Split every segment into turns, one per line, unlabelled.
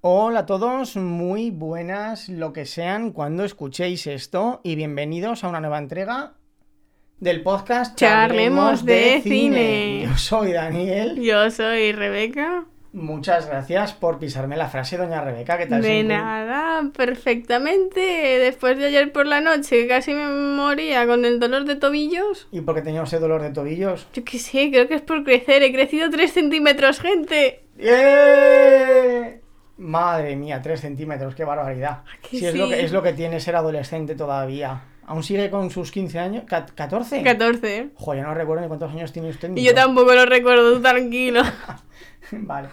Hola a todos, muy buenas lo que sean cuando escuchéis esto y bienvenidos a una nueva entrega del podcast
Charlemos de Cine.
Yo soy Daniel.
Yo soy Rebeca.
Muchas gracias por pisarme la frase, doña Rebeca. ¿Qué tal?
De
Sincu?
nada, perfectamente. Después de ayer por la noche, que casi me moría con el dolor de tobillos.
¿Y por qué teníamos ese dolor de tobillos?
Yo qué sé, creo que es por crecer. He crecido 3 centímetros, gente.
¡Eh! Madre mía, 3 centímetros, qué barbaridad.
que
es, lo
sí?
que, es lo que tiene ser adolescente todavía. ¿Aún sigue con sus 15 años? ¿Ca- ¿14?
14.
Joder, no recuerdo ni cuántos años tiene usted. ni
Y yo
yo.
tampoco lo recuerdo, tú tranquilo.
Vale.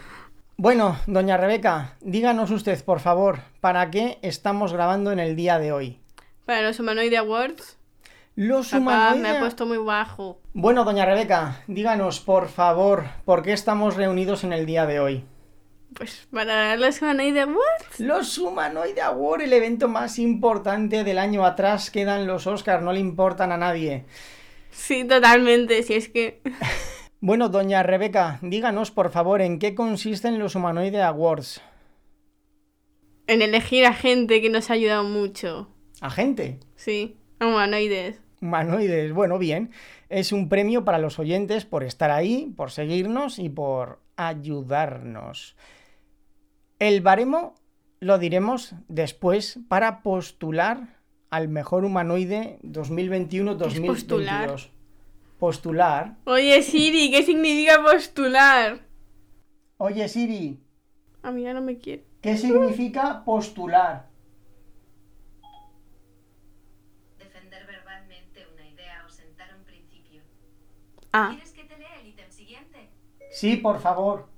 Bueno, doña Rebeca, díganos usted, por favor, ¿para qué estamos grabando en el día de hoy?
Para los Humanoid Awards,
Los
papá me
humanoide-
ha puesto muy bajo.
Bueno, doña Rebeca, díganos, por favor, ¿por qué estamos reunidos en el día de hoy?
Pues para los Humanoid Awards.
Los Humanoid Award, el evento más importante del año atrás, quedan los Oscars, no le importan a nadie.
Sí, totalmente. Si es que
Bueno, doña Rebeca, díganos, por favor, ¿en qué consisten los Humanoid Awards?
en elegir a gente que nos ha ayudado mucho.
Agente.
Sí, a humanoides.
Humanoides, bueno, bien. Es un premio para los oyentes por estar ahí, por seguirnos y por ayudarnos. El baremo lo diremos después para postular al mejor humanoide 2021-2022.
¿Qué es postular?
Postular.
Oye, Siri, ¿qué significa postular?
Oye, Siri,
A mí ya no me quiere.
¿qué significa postular?
Defender verbalmente una idea o sentar un principio.
Ah,
¿Quieres que te lea el ítem siguiente?
Sí, por favor.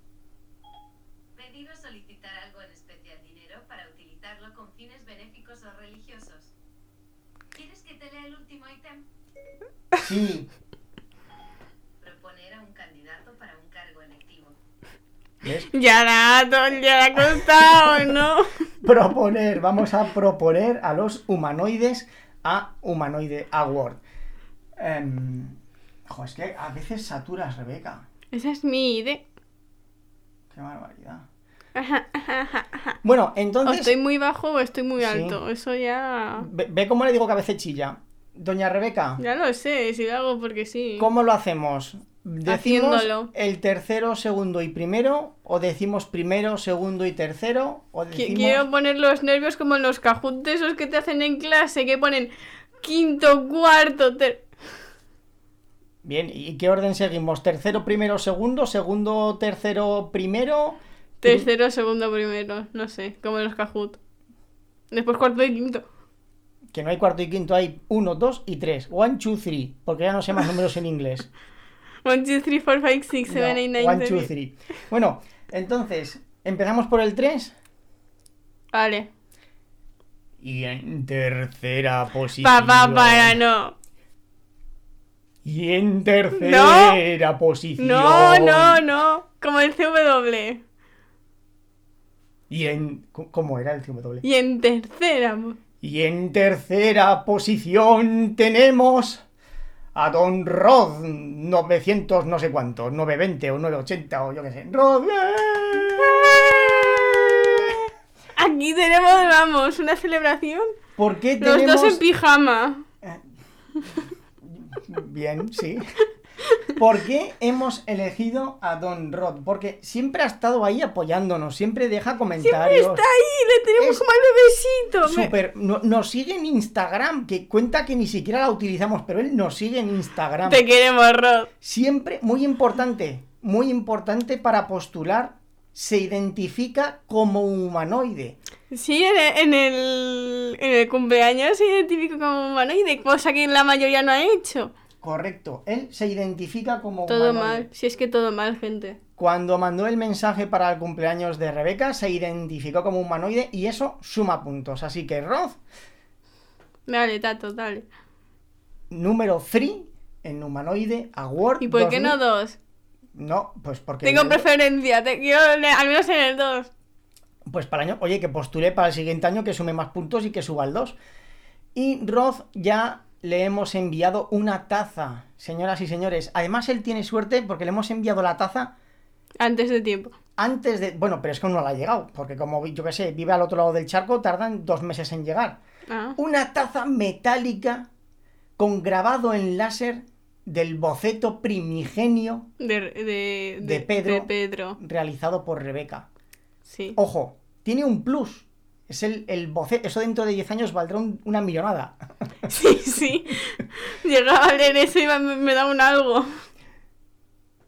Pedir o solicitar algo en especial dinero para utilizarlo con fines benéficos o religiosos. ¿Quieres que te lea el último ítem?
Sí.
Proponer a un candidato para un cargo electivo.
¿Ves?
ya la, to- ya la ha costado, ¿no?
proponer, vamos a proponer a los humanoides a Humanoide Award. Em, jo, es que a veces saturas, Rebeca.
Esa es mi idea.
Qué barbaridad. Bueno,
O
entonces,
estoy muy bajo o estoy muy
Sí.
alto. Eso ya.
ve, ve cómo le digo que a veces chilla. Doña Rebeca,
Ya lo sé, si lo hago porque sí.
¿cómo lo hacemos? ¿Decimos
Haciéndolo.
el tercero, segundo y primero? ¿O decimos primero, segundo y tercero? ¿O
Qui-
decimos...
Quiero poner los nervios como en los cajuntes esos que te hacen en clase, que ponen quinto, cuarto, ter-
Bien, ¿y qué orden seguimos? ¿Tercero, primero, segundo? ¿Segundo, tercero, primero?
tercero, segundo, primero. No sé, como en los cajut. Después cuarto y quinto.
Que no hay cuarto y quinto, hay uno, dos y tres. One, two, three. Porque ya no sé más números en inglés.
1, 2, 3, 4, 5, 6, 7, 8, 9,
No, one,
10.
two, three. Bueno, entonces, empezamos por el tres.
Vale.
Y en tercera posición.
Pa, pa, para, no.
Y en tercera posición.
No, no, no. Como el CW.
Y en. ¿Cómo era el CW?
Y en tercera. mo-
Y en tercera posición tenemos. A Don Rod, 900 no sé cuánto, 920 o 980 o yo qué sé. ¡Rod! ¡eh!
Aquí tenemos, vamos, una celebración.
¿Por qué
Los
tenemos...
dos en pijama.
Bien, sí. ¿Por qué hemos elegido a Don Rod? Porque siempre ha estado ahí apoyándonos, siempre deja comentarios.
Está ahí, le tenemos
Es
como al bebecito. me-
Súper- no- nos sigue en Instagram, que cuenta que ni siquiera la utilizamos, pero él nos sigue en Instagram.
Te queremos, Rod.
Siempre, muy importante, muy importante para postular, se identifica como humanoide.
Sí, en el, en el, en el cumpleaños se identificó como humanoide, cosa que la mayoría no ha hecho.
Correcto, él se identifica como
Todo
humanoide.
mal, si es que todo mal, gente.
Cuando mandó el mensaje para el cumpleaños de Rebeca, se identificó como humanoide y eso suma puntos. Así que Roz,
Dale, Tato, dale.
número 3 en humanoide Award.
¿Y por qué
2000.
no dos?
No, pues porque.
Tengo preferencia, te quiero en el- al menos en el dos.
Pues para el año. Oye, que postule para el siguiente año que sume más puntos y que suba al 2. Y Roz ya le hemos enviado una taza, señoras y señores. Además, él tiene suerte porque le hemos enviado la taza
Antes de tiempo.
antes de. Bueno, pero es que aún no la ha llegado, porque como yo qué sé, vive al otro lado del charco, tardan dos meses en llegar.
Ah,
Una taza metálica con grabado en láser del boceto primigenio
de, de,
De Pedro.
de Pedro,
realizado por Rebeca.
sí.
Ojo, tiene un plus. Es el, el boceto. Eso dentro de 10 años valdrá un- una millonada.
Sí, sí. Llegaba a leer eso y me, me da un algo.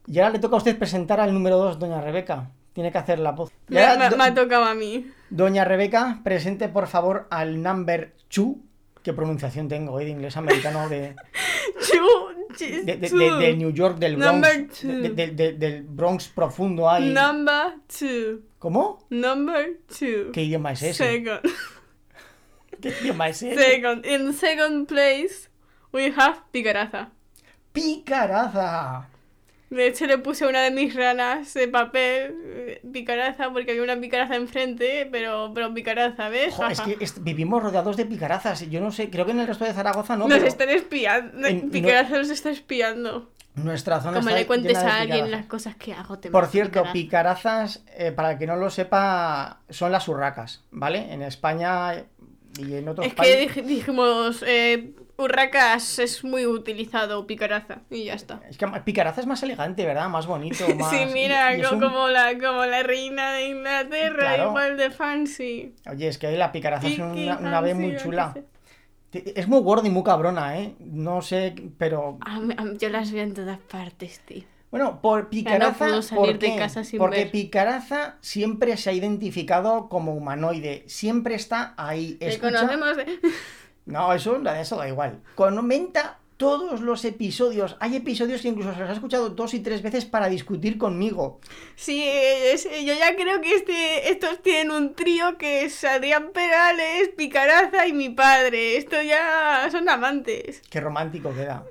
Y ahora le toca a usted presentar al número 2, doña Rebeca. Tiene que hacer la voz. Y
Me,
ahora,
me-
do-
me ha tocado a mí.
doña Rebeca, presente por favor al number 2. ¿Qué pronunciación tengo eh, de inglés americano de,
Chu- chi-
de, de- de-
chu.
de New York, del
Number
Bronx?
two.
de- de- de- del Bronx profundo hay.
Number two.
¿Cómo?
Number two.
¿Qué idioma es ese?
Second.
¿Qué idioma es ese?
Second. In second place, we have picaraza.
¡Picaraza!
De hecho, le puse a una de mis ranas de papel eh, picaraza porque había una picaraza enfrente, pero, pero picaraza, ¿ves?
Jo, es
Ajá.
que est- vivimos rodeados de picarazas. Yo no sé, creo que en el resto de Zaragoza no.
Nos
pero
están espiando.
En- no-
Picaraza nos está espiando.
Nuestra zona
Como
está
le cuentes
llena de
a alguien
picarazas.
las cosas que hago, te
Por
mato,
cierto,
picaraza.
picarazas, eh, para el que no lo sepa, son las urracas, ¿vale? En España y en otros
Es que
países.
dij- dijimos, eh, Urracas es muy utilizado, picaraza, y ya está.
Es que picaraza es más elegante, ¿verdad? Más bonito. Más...
sí, mira,
y- y es
co-
un-
como, la, como la reina de Inglaterra,
Claro.
igual de fancy.
Oye, es que la picaraza es
Kiki,
una, una ave
fancy,
muy
yo qué
chula.
sé.
Te- Es muy gorda y muy cabrona, ¿eh? No sé, pero.
A mí- a mí- yo las veo en todas partes, tío.
Bueno, por picaraza.
puedo salir
¿por
de
qué?
casa sin
Porque
ver.
picaraza siempre se ha identificado como humanoide. Siempre está ahí.
Le
Escucha-
conocemos de-
No, eso, eso da igual. Comenta todos los episodios. Hay episodios que incluso se los ha escuchado dos y tres veces para discutir conmigo.
Sí, es- yo ya creo que este, estos tienen un trío que es Adrián Perales, Picaraza y mi padre. Esto ya son amantes.
Qué romántico queda.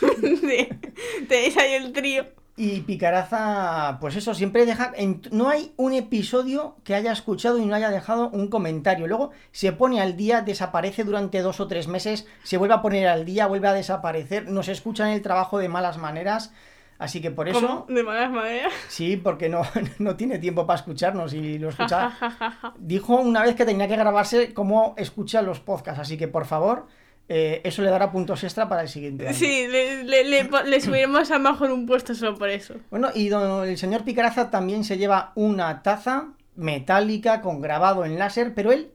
Totalmente. Tenéis ahí el trío.
Y Picaraza, pues eso, siempre deja. en- no hay un episodio que haya escuchado y no haya dejado un comentario. Luego se pone al día, desaparece durante dos o tres meses, se vuelve a poner al día, vuelve a desaparecer. Nos escucha en el trabajo de malas maneras. Así que por eso,
¿Cómo? De malas maneras.
sí, porque no, no tiene tiempo para escucharnos y lo
Ja,
escucha.
ja, ja, ja, ja.
Dijo una vez que tenía que grabarse cómo escucha los podcasts, así que por favor, eh, eso le dará puntos extra para el siguiente. año.
Sí, le, le, le, po- le subiremos a mejor un puesto solo por eso.
Bueno, y don- el señor Picaraza también se lleva una taza metálica con grabado en láser, pero él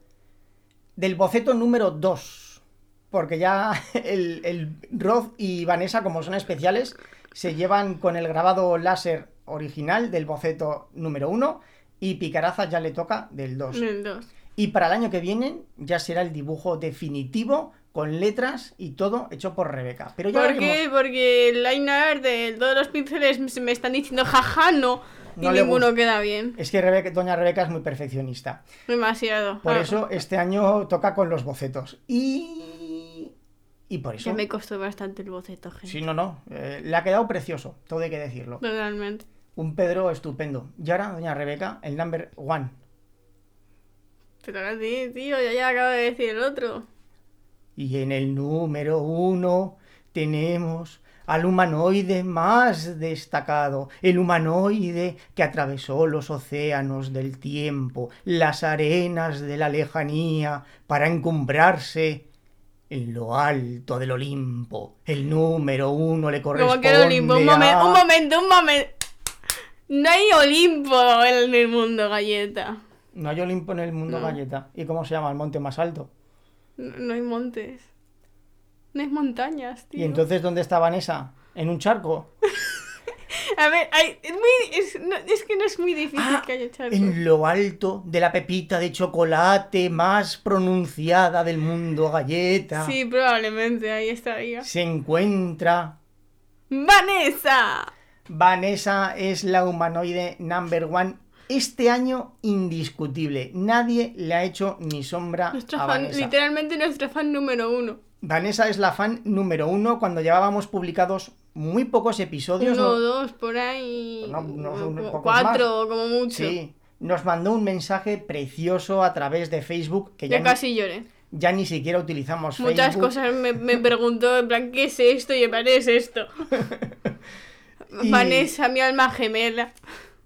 del boceto número 2. Porque ya el, el Rod y Vanessa, como son especiales, se llevan con el grabado láser original del boceto número 1 y Picaraza ya le toca del 2.
El dos.
Y para el año que viene ya será el dibujo definitivo con letras y todo hecho por Rebeca. Pero ya
¿Por
veremos.
qué? Porque el line art de todos los pinceles me- me están diciendo jaja no y
No le
ninguno
gusta.
queda bien.
Es que Rebeca- doña Rebeca es muy perfeccionista.
Demasiado.
Por
Ah,
eso este año toca con los bocetos. Y... Y por eso...
Ya me costó bastante el boceto, gente.
Sí, no, no. eh, le ha quedado precioso, todo hay que decirlo.
Totalmente.
Un Pedro estupendo. Y ahora, doña Rebeca, el number one.
Te toca a ti, tío, ya, ya acabo de decir el otro.
Y en el número uno tenemos al humanoide más destacado, el humanoide que atravesó los océanos del tiempo, las arenas de la lejanía, para encumbrarse en lo alto del Olimpo. El número uno le corresponde.
Como que el Olimpo. Un, momen-
a-
un momento, un momento. No hay Olimpo en el mundo, galleta.
No hay Olimpo en el mundo,
No.
galleta. ¿Y cómo se llama el monte más alto?
No, no hay montes. No hay montañas, tío.
¿Y entonces dónde está Vanessa? ¿En un charco?
A ver, hay- es, muy- es- no- es que no es muy difícil
Ah,
que haya charco.
En lo alto de la pepita de chocolate más pronunciada del mundo galleta
Sí, probablemente, ahí estaría.
se encuentra.
¡Vanessa!
Vanessa es la humanoide number one. Este año indiscutible. Nadie le ha hecho ni sombra
Nuestra
a
fan,
Ah, Vanessa.
literalmente nuestra fan número uno.
Vanessa es la fan número uno cuando llevábamos publicados muy pocos episodios.
uno,
Oh, ¿no?
dos, por ahí.
No, no,
o-
un
o-
poco
cuatro, como mucho.
Sí. Nos mandó un mensaje precioso a través de Facebook que ya,
Yo
ni-
casi lloré.
ya ni siquiera utilizamos
Muchas
Facebook.
cosas me, me preguntó, en plan, ¿qué es esto? Y en plan, ¿qué es esto?
Y-
Vanessa, mi alma gemela.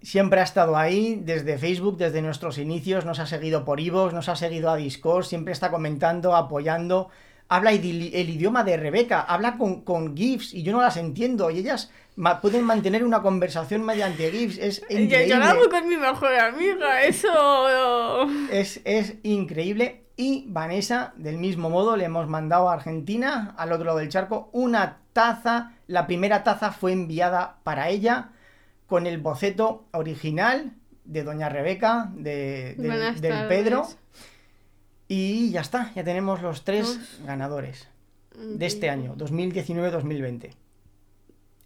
Siempre ha estado ahí, desde Facebook, desde nuestros inicios, nos ha seguido por Ivos, nos ha seguido a Discord, siempre está comentando, apoyando. Habla el idioma de Rebeca, habla con, con GIFs y yo no las entiendo. Y ellas ma- pueden mantener una conversación mediante GIFs. Es
Yo,
increíble.
yo lo hago con mi mejor amiga, eso.
Es, es increíble. Y Vanessa, del mismo modo, le hemos mandado a Argentina, al otro lado del charco, una taza. La primera taza fue enviada para ella con el boceto original de Doña Rebeca, de, del-
Buenas
del
tardes.
Pedro. Y ya está, ya tenemos los tres ganadores
mm,
de este año, 2019-2020.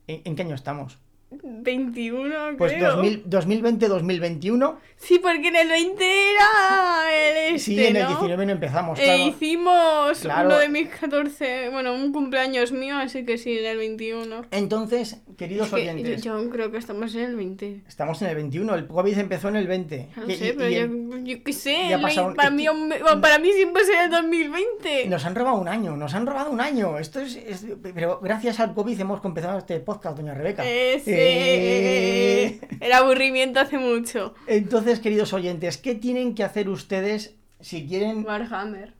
¿En, en qué año estamos?
21,
Pues
creo.
2000 2020-2021.
Sí, porque en el 20 era el este,
Sí, en el
¿no?
19 no empezamos.
E
claro.
hicimos
Claro.
uno de mis 14, bueno, un cumpleaños mío, así que sí, en el 21.
Entonces, queridos
Es que
oyentes,
yo, yo creo que estamos en el 20.
estamos en el 21, el COVID empezó en el 20.
No
Y-
sé,
y-
Ah, pero
y
yo,
el-
yo qué sé,
ya
el
pasa
vein-
un-
para,
es
mí,
que-
un- bueno, para mí siempre será el 2020.
Nos han robado un año, nos han robado un año. Esto es, es- pero gracias al COVID hemos empezado este podcast, doña Rebeca.
Eh, Ese-
Eh.
El aburrimiento hace mucho.
Entonces, queridos oyentes, ¿qué tienen que hacer ustedes si quieren
Warhammer.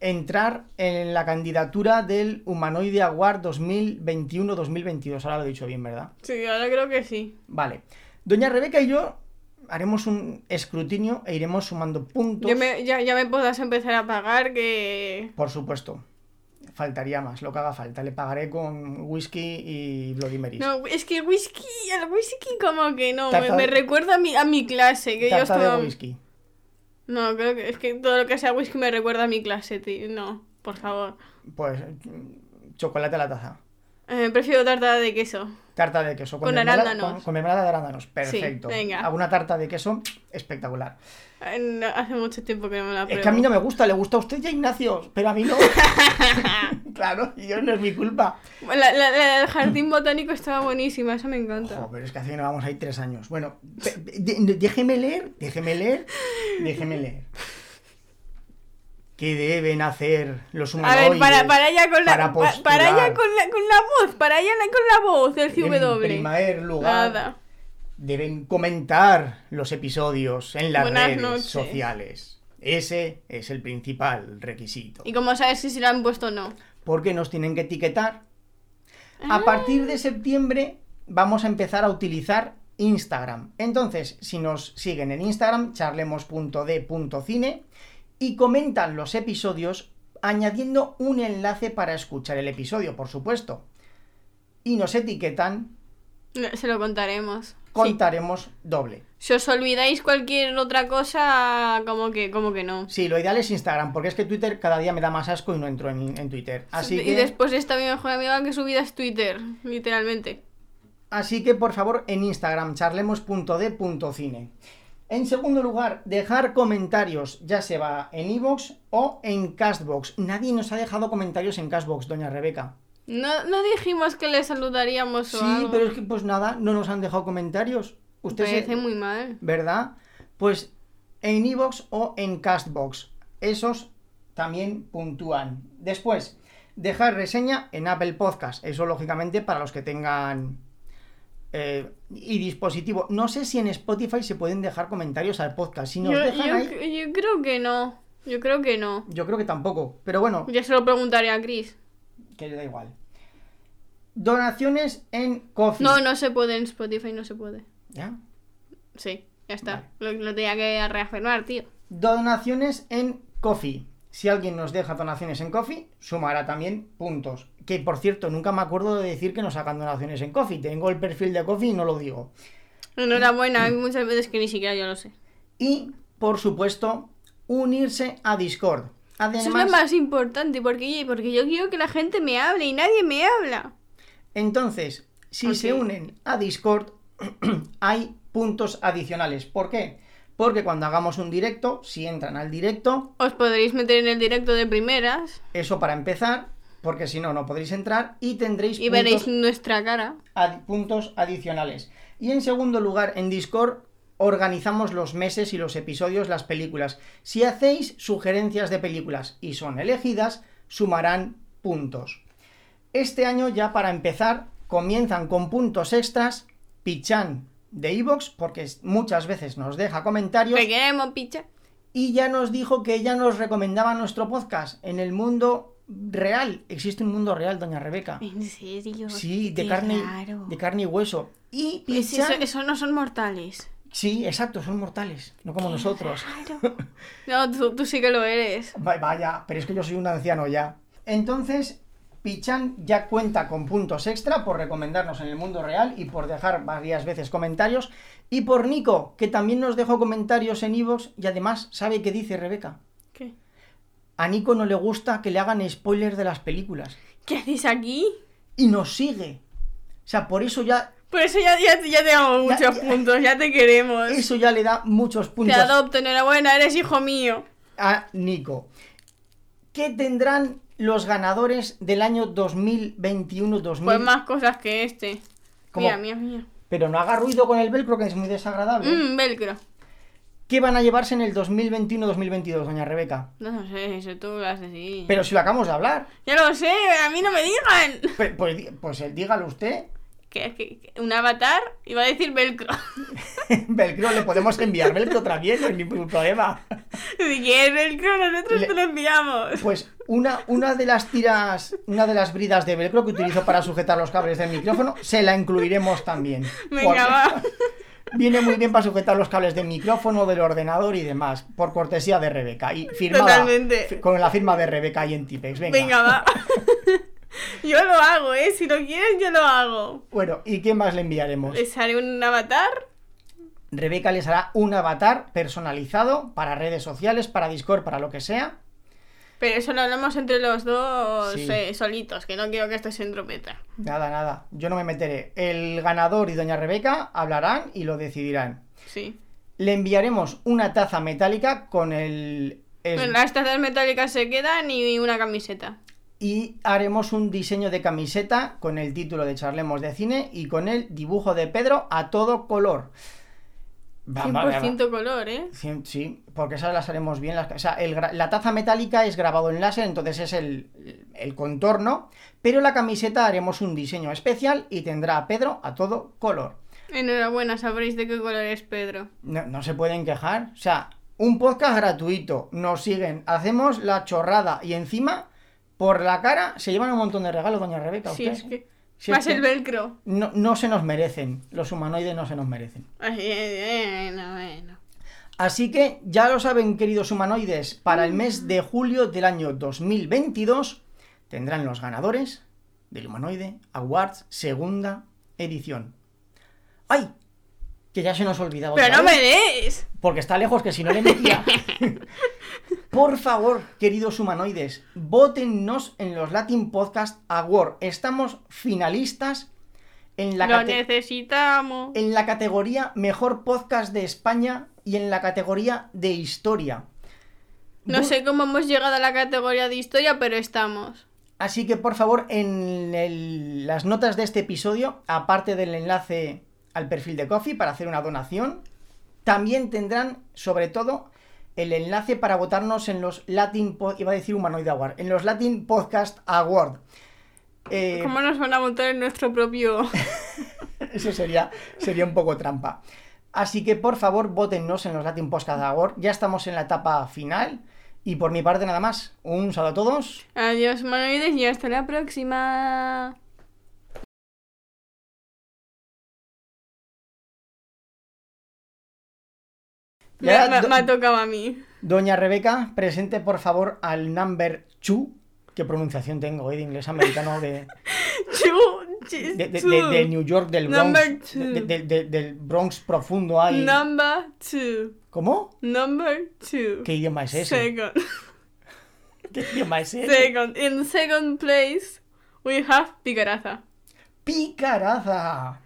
entrar en la candidatura del Humanoide Award 2021-2022? Ahora lo he dicho bien, ¿verdad?
Sí, ahora creo que sí.
Vale. Doña Rebeca y yo haremos un escrutinio e iremos sumando puntos.
Ya me, ya, ya me podrás empezar a pagar que...
Por supuesto. Faltaría más, lo que haga falta. Le pagaré con whisky y Bloody Marys.
No, es que el whisky, el whisky como que no, me,
Tarta de-
me recuerda a mi, a mi clase, que yo
Tarta
estaba...
de whisky.
No, creo que es que todo lo que sea whisky me recuerda a mi clase, tío. No, por favor.
Pues mm, chocolate a la taza.
Eh, prefiero tarta de queso.
Tarta de queso.
Con
mermelada-
arándanos.
Con, con mermelada de arándanos. Perfecto.
venga.
Hago una tarta de queso espectacular.
Eh, no, hace mucho tiempo que no me la pruebo.
Es que a mí no me gusta, le gusta a usted y a Ignacio, pero a mí no. claro, y yo no es mi culpa.
la, la- la del jardín botánico estaba buenísima, eso me encanta.
Ojo, pero es que hace que no vamos ahí tres años. Bueno, pe- pe- de- déjeme leer, déjeme leer, déjeme leer. ¿Qué deben hacer los
A
humanoides?
ver, para, para ya con la
para
pa- para
postular.
ya con la, con la voz, para ya la- con la voz del
En
CW.
primer lugar,
Nada.
deben comentar los episodios en las
Buenas
redes
noches.
sociales. Ese es el principal requisito.
Y como sabes si se la han puesto o no.
Porque nos tienen que etiquetar.
Ah.
A partir de septiembre vamos a empezar a utilizar Instagram. Entonces, si nos siguen en Instagram, charlemos.d.cine y comentan los episodios añadiendo un enlace para escuchar el episodio, por supuesto. Y nos etiquetan,
No, Se lo contaremos. Sí.
contaremos doble.
Si os olvidáis cualquier otra cosa, como que, como que no.
Sí, lo ideal es Instagram, porque es que Twitter cada día me da más asco y no entro en, en Twitter. Así
y
que,
después está mi mejor amiga que su vida es Twitter, literalmente.
así que, por favor, en Instagram, charlemos.d.cine. En segundo lugar, dejar comentarios, ya se va en iVoox o en Castbox. Nadie nos ha dejado comentarios en Castbox, doña Rebeca.
No, no dijimos que le saludaríamos o
sí,
algo.
pero es que, pues nada, no nos han dejado comentarios.
Me
Usted se-
parece muy mal.
¿verdad? Pues en iVoox o en Castbox. Esos también puntúan. Después, dejar reseña en Apple Podcast. Eso, lógicamente, para los que tengan. eh, y dispositivo. No sé si en Spotify se pueden dejar comentarios al podcast. Si nos
Yo,
dejan
yo-
ahí,
yo creo que no. Yo creo que no.
yo creo que tampoco. Pero bueno,
Ya se lo preguntaré a Chris.
que da igual. Donaciones en Coffee.
No, no se puede en Spotify, no se puede.
¿Ya?
Sí, ya está. Lo, lo tenía que reafirmar, tío.
Donaciones en Coffee. Si alguien nos deja donaciones en Coffee, sumará también puntos. Que por cierto, nunca me acuerdo de decir que nos hagan donaciones en Coffee. Tengo el perfil de Coffee y no lo digo.
Enhorabuena, hay muchas veces que ni siquiera yo lo sé.
Y, por supuesto, unirse a Discord.
Eso es lo
Además,
más importante, porque, porque yo quiero que la gente me hable y nadie me habla.
entonces, si
Ok.
se unen a Discord, hay puntos adicionales. ¿Por qué? Porque cuando hagamos un directo, si entran al directo,
Os podréis meter en el directo de primeras
eso para empezar, porque si no, no podréis entrar y tendréis
y
puntos
veréis nuestra cara.
adi- puntos adicionales. Y en segundo lugar, en Discord organizamos los meses y los episodios, las películas. Si hacéis sugerencias de películas y son elegidas, sumarán puntos. Este año ya para empezar, comienzan con puntos extras Pichan de Evox, porque es- muchas veces nos deja comentarios
¿Me queremos picha?
y ya nos dijo que ya nos recomendaba nuestro podcast en el mundo real. Existe un mundo real, doña Rebeca.
¿En serio?
Sí, de
Qué
carne,
raro.
de carne y hueso. Y
Pues
Picha-
eso, eso no son mortales.
Sí, exacto, son mortales, no como nosotros.
Claro. No, tú, tú sí que lo eres.
Va- Vaya, pero es que yo soy un anciano ya. Entonces, Pichan ya cuenta con puntos extra por recomendarnos en el mundo real y por dejar varias veces comentarios. Y por Nico, que también nos dejó comentarios en Evox y además sabe qué dice Rebeca.
¿Qué?
A Nico no le gusta que le hagan spoilers de las películas.
¿Qué haces aquí?
Y nos sigue. O sea, por eso ya,
Por eso ya, ya, ya te damos
Ya-
muchos
ya.
puntos, ya te queremos.
eso ya le da muchos
Pues Te
puntos
adopto, enhorabuena, eres hijo mío.
a Nico. ¿Qué tendrán los ganadores del año 2021-2022?
Pues más cosas que este.
¿Cómo?
Mira, mira, mira.
Pero no haga ruido con el velcro, que es muy desagradable.
Mmm, velcro.
¿Qué van a llevarse en el 2021-2022, doña Rebeca?
No, no sé, eso tú lo haces así.
Pero si lo acabamos de hablar.
Ya lo sé, a mí no me digan.
Pe- Pues, di- pues, eh, dígalo usted.
Que, que- que un avatar iba a decir velcro.
Velcro, le podemos enviar velcro también, no hay ningún problema.
si quieres velcro, nosotros
Le-
te lo enviamos.
Pues una, una de las tiras, una de las bridas de velcro que utilizo para sujetar los cables del micrófono, se la incluiremos también. Porque
Venga, va.
Viene muy bien para sujetar los cables del micrófono, del ordenador y demás, por cortesía de Rebeca. Y firmada
Totalmente.
fi- con la firma de Rebeca y en Tipex.
Venga, va. yo lo hago, ¿eh? Si lo quieres, yo lo hago.
Bueno, ¿y quién más le enviaremos?
Les haré un avatar.
Rebeca les hará un avatar personalizado para redes sociales, para Discord, para lo que sea.
Pero eso lo hablamos entre los dos
Sí.
eh, solitos, que no quiero que esto se entrometa.
Nada, nada, yo no me meteré. El ganador y doña Rebeca hablarán y lo decidirán.
Sí.
Le enviaremos una taza metálica con el... es-
Bueno, las tazas metálicas se quedan y una camiseta.
Y haremos un diseño de camiseta con el título de Charlemos de Cine y con el dibujo de Pedro a todo color. Va, va, va, va.
100% color, ¿eh?
Cien- Sí, porque esas las haremos bien. Las, o sea, el gra- la taza metálica es grabado en láser, entonces es el, el contorno, pero la camiseta haremos un diseño especial y tendrá a Pedro a todo color.
Enhorabuena, sabréis de qué color es Pedro.
No, no se pueden quejar. O sea, un podcast gratuito, nos siguen, hacemos la chorrada y encima, por la cara, se llevan un montón de regalos, doña Rebeca.
Si
usted,
es que.
Si es
Más el
que
velcro.
no, no se nos merecen, los humanoides no se nos merecen.
Ay, eh, bueno, bueno.
Así que ya lo saben, queridos humanoides, para el mes de julio del año 2022 tendrán los ganadores del Humanoide Awards segunda edición. ¡Ay! Que ya se nos olvidaba.
Pero
otra
no
vez,
me des.
Porque está lejos, que si no le metía. Por favor, queridos humanoides, votennos en los Latin Podcast Award. Estamos finalistas en la
Lo
cate- Eh,
necesitamos.
en la categoría Mejor Podcast de España y en la categoría de Historia. Bu-
No sé cómo hemos llegado a la categoría de historia, pero estamos.
Así que por favor, en el- las notas de este episodio, aparte del enlace al perfil de Coffee para hacer una donación, también tendrán, sobre todo, el enlace para votarnos en los Latin Po- iba a decir Humanoid Award, en los Latin Podcast Award. Eh,
¿Cómo nos van a montar en nuestro propio.?
Eso sería, sería un poco trampa. Así que por favor, votennos en los Latin Podcast Award. Ya estamos en la etapa final. Y por mi parte, nada más. Un saludo a todos.
Adiós, Manoides, y hasta la próxima. Me,
Ya,
me-
do-
me ha tocado a mí.
Doña Rebeca, presente por favor al number two. ¿Qué pronunciación tengo hoy de inglés americano de,
Chu,
de,
chis,
de- de-
chu.
de New York, del
Number
Bronx?
two.
de- de- de- del Bronx profundo ahí.
Number two.
¿Cómo?
Number two.
¿Qué idioma es ese?
Second.
¿Qué idioma es ese?
Second. In second place, we have picaraza.
¡Picaraza!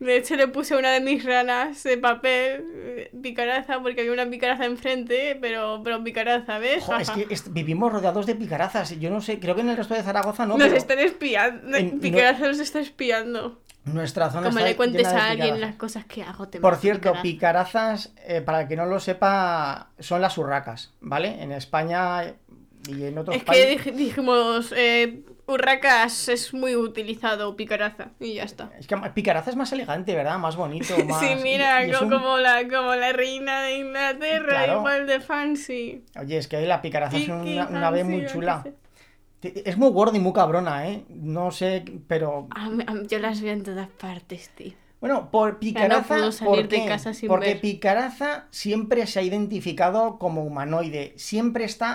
De hecho, le puse a una de mis ranas de papel eh, picaraza porque había una picaraza enfrente, pero, pero picaraza, ¿ves?
Jo, es que est- vivimos rodeados de picarazas. Yo no sé, creo que en el resto de Zaragoza no.
nos
pero-
están espiando.
en- no-
picaraza nos está espiando.
Nuestra zona
Como
está
le cuentes
llena de
a alguien
picarazas.
las cosas que hago, te
Por
mato,
cierto,
picaraza.
picarazas, eh, para el que no lo sepa, son las urracas, ¿vale? En España y en otros
Es que
países.
dij- dijimos eh, Urracas es muy utilizado, picaraza, y ya está.
Es que Picaraza es más elegante, ¿verdad? Más bonito, más...
sí, mira,
y- y es
co-
un-
como, la, como la reina de Inglaterra,
Claro.
igual de fancy.
Oye, es que la Picaraza es
Kiki,
una, una
fancy,
ave
yo
muy
qué
chula.
sé.
Es muy gorda y muy cabrona, ¿eh? No sé, pero...
A mí- a mí- yo las veo en todas partes, tío.
Bueno, por Picaraza,
puedo
¿por
salir de
qué?
casa sin
porque
ver.
Picaraza siempre se ha identificado como humanoide, siempre está